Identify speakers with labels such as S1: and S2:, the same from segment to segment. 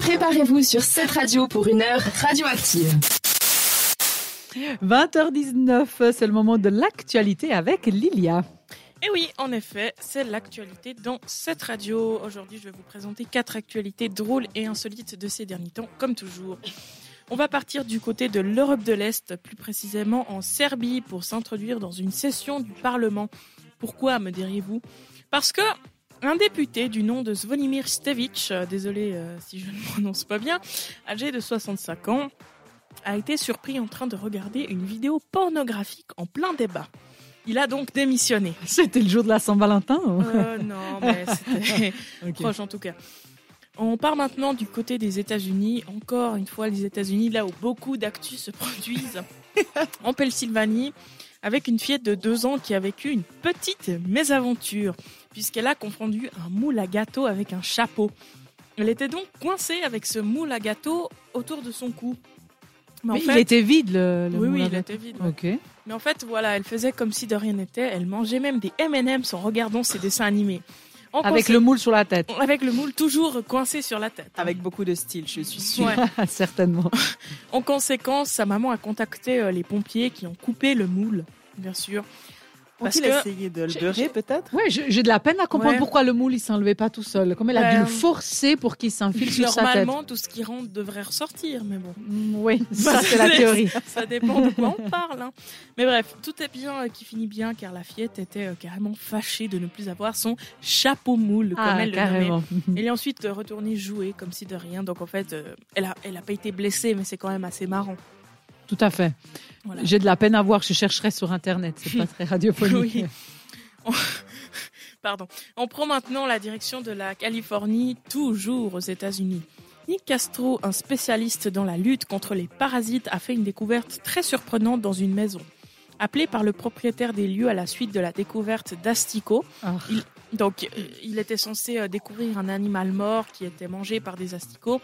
S1: Préparez-vous sur cette radio pour une heure radioactive.
S2: 20h19, c'est le moment de l'actualité avec Lilia.
S3: Et oui, en effet, c'est l'actualité dans cette radio. Aujourd'hui, je vais vous présenter quatre actualités drôles et insolites de ces derniers temps, comme toujours. On va partir du côté de l'Europe de l'Est, plus précisément en Serbie, pour s'introduire dans une session du Parlement. Pourquoi, me diriez-vous Parce que un député du nom de Zvonimir Stevic, euh, désolé euh, si je ne prononce pas bien, âgé de 65 ans, a été surpris en train de regarder une vidéo pornographique en plein débat. Il a donc démissionné.
S2: C'était le jour de la Saint-Valentin ou
S3: Euh, non, mais c'était
S2: Ok.
S3: proche en tout cas. On part maintenant du côté des États-Unis. Encore une fois, les États-Unis, là où beaucoup d'actu se produisent, en Pennsylvanie, avec une fillette de deux ans qui a vécu une petite mésaventure, puisqu'elle a confondu un moule à gâteau avec un chapeau. Elle était donc coincée avec ce moule à gâteau autour de son cou. Mais en
S2: Mais
S3: fait,
S2: Il était vide le, le
S3: oui,
S2: moulin
S3: oui,
S2: à
S3: il
S2: vent.
S3: était vide.
S2: Ok.
S3: Mais en fait, voilà, elle faisait comme si de rien n'était. Elle mangeait même des M&M's en regardant ses dessins animés. En
S2: Avec le moule sur la tête,
S3: conse- avec le moule toujours coincé sur la tête.
S4: Avec beaucoup de style, je suis sûre.
S3: Ouais.
S2: certainement.
S3: En conséquence, sa maman a contacté euh, les pompiers qui ont coupé le moule, bien sûr. Parce
S4: Ont-ils
S3: que-
S4: essayé de le
S2: J'ai-
S4: beurrer peut-être
S2: Ouais, je- j'ai de la peine à comprendre
S3: Ouais.
S2: pourquoi le moule il s'enlevait pas tout seul. Comme elle a dû
S3: Ouais.
S2: le forcer pour qu'il s'infile sur sa tête.
S3: Normalement, tout ce qui rentre devrait ressortir, mais bon.
S2: Mm, Oui, ça c'est la théorie.
S3: Ça dépend de quoi on parle. hein. Mais bref, tout est bien euh, qui finit bien car la fillette était euh, carrément fâchée de ne plus avoir son chapeau moule, comme
S2: Ah,
S3: elle le nommait.
S2: carrément.
S3: Elle est ensuite euh, retournée jouer comme si de rien. Donc en fait, euh, elle a, elle a pas été blessée, mais c'est quand même assez marrant.
S2: Tout à fait.
S3: Voilà.
S2: J'ai de la peine à voir, je chercherai sur internet, c'est pas très radiophonique.
S3: Oui. Pardon. On prend maintenant la direction de la Californie, toujours aux États-Unis. Nick Castro, un spécialiste dans la lutte contre les parasites, a fait une découverte très surprenante dans une maison. Appelé par le propriétaire des lieux à la suite de la découverte d'asticots,
S2: Ah.
S3: Donc, euh, il était censé euh, découvrir un animal mort qui était mangé par des asticots.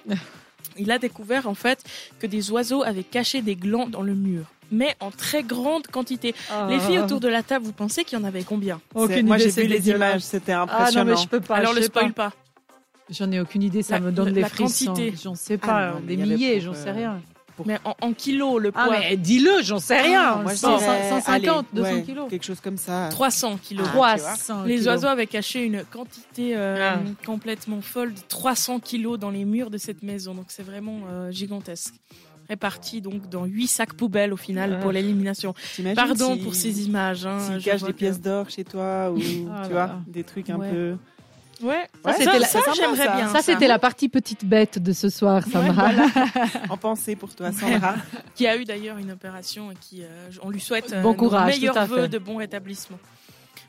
S3: Il a découvert en fait que des oiseaux avaient caché des glands dans le mur, mais en très grande quantité.
S2: Ah.
S3: Les filles autour de la table, vous pensez qu'il y en avait combien
S4: C'est-
S2: Aucune
S4: Moi
S2: idée,
S4: j'ai
S2: c'est
S4: vu les
S2: désolant.
S4: images, c'était
S2: Ah non,
S4: impressionnant.
S2: mais je peux pas.
S3: Alors,
S2: je
S3: le
S2: sais pas.
S3: spoil pas.
S2: J'en ai aucune idée, ça
S3: La-
S2: me donne
S3: le-
S2: des
S3: la
S2: frissons.
S3: quantité.
S2: J'en sais
S4: Ah
S2: pas,
S4: non, mais
S2: des
S4: il y avait
S2: milliers,
S4: pour,
S2: j'en
S4: euh,
S2: sais rien.
S3: Mais en, en kilos, le
S2: Ah
S3: poids.
S2: mais dis-le, j'en sais rien.
S4: Ah, moi, je
S2: Cent-
S4: dirais,
S2: 150,
S4: allez,
S2: 200
S4: ouais,
S2: kilos.
S4: Quelque chose comme ça.
S3: 300 kilos.
S4: Ah, tu vois.
S2: 300
S3: Les
S2: kilos.
S3: oiseaux avaient caché une quantité euh,
S2: Ah.
S3: complètement folle de 300 kilos dans les murs de cette maison. Donc c'est vraiment euh, gigantesque. Répartis donc dans 8 sacs poubelles au final
S2: Ah.
S3: pour l'élimination.
S4: T'imagines
S3: Pardon
S4: si-
S3: pour ces images. Hein,
S4: S'ils
S3: je
S4: cachent
S3: vois
S4: des
S3: que-
S4: pièces d'or chez toi ou tu
S2: Ah là là.
S4: vois, des trucs un
S2: Ouais.
S4: peu.
S3: Ouais,
S4: Ouais,
S3: ça,
S2: c'était la-
S3: ça, hein, ça,
S4: c'est sympa,
S3: j'aimerais
S4: ça.
S3: bien.
S2: Ça, c'était la partie petite bête de ce soir, Samra.
S4: En pensée pour toi, Sandra.
S3: Qui a eu d'ailleurs une opération et qui, euh, on lui souhaite
S2: Bon
S3: nos
S2: courage, tout à
S3: meilleurs
S2: fait.
S3: vœux de bon rétablissement.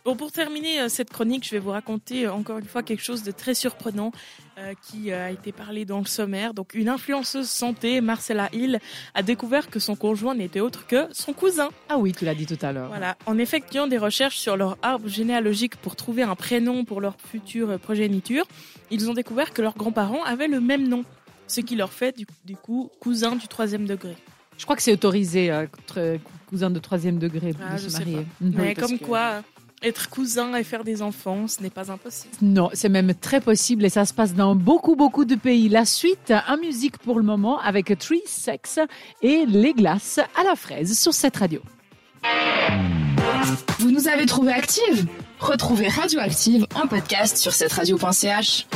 S3: Bon, pour terminer euh, cette chronique, je vais vous raconter euh, encore une fois quelque chose de très surprenant euh, qui euh, a été parlé dans le sommaire. Donc, une influenceuse santé, Marcella Hill, a découvert que son conjoint n'était autre que son cousin.
S2: Ah oui, tu l'as dit tout à l'heure.
S3: Voilà. En effectuant des recherches sur leur arbre généalogique pour trouver un prénom pour leur future euh, progéniture, ils ont découvert que leurs grands-parents avaient le même nom. Ce qui leur fait, du, du coup, cousin du troisième degré.
S2: Je crois que c'est autorisé, euh, tr- cousin de troisième degré,
S3: Ah,
S2: de
S3: je
S2: se
S3: sais
S2: marier. Mhm.
S3: Mais
S4: parce
S3: comme
S4: que-
S3: quoi, être cousin et faire des enfants, ce n'est pas impossible.
S2: Non, c'est même très possible et ça se passe dans beaucoup, beaucoup de pays. La suite, en musique pour le moment, avec Tree Sex et les glaces à la fraise sur cette radio.
S1: Vous nous avez trouvé active Retrouvez Radioactive en podcast sur cette radio.ch.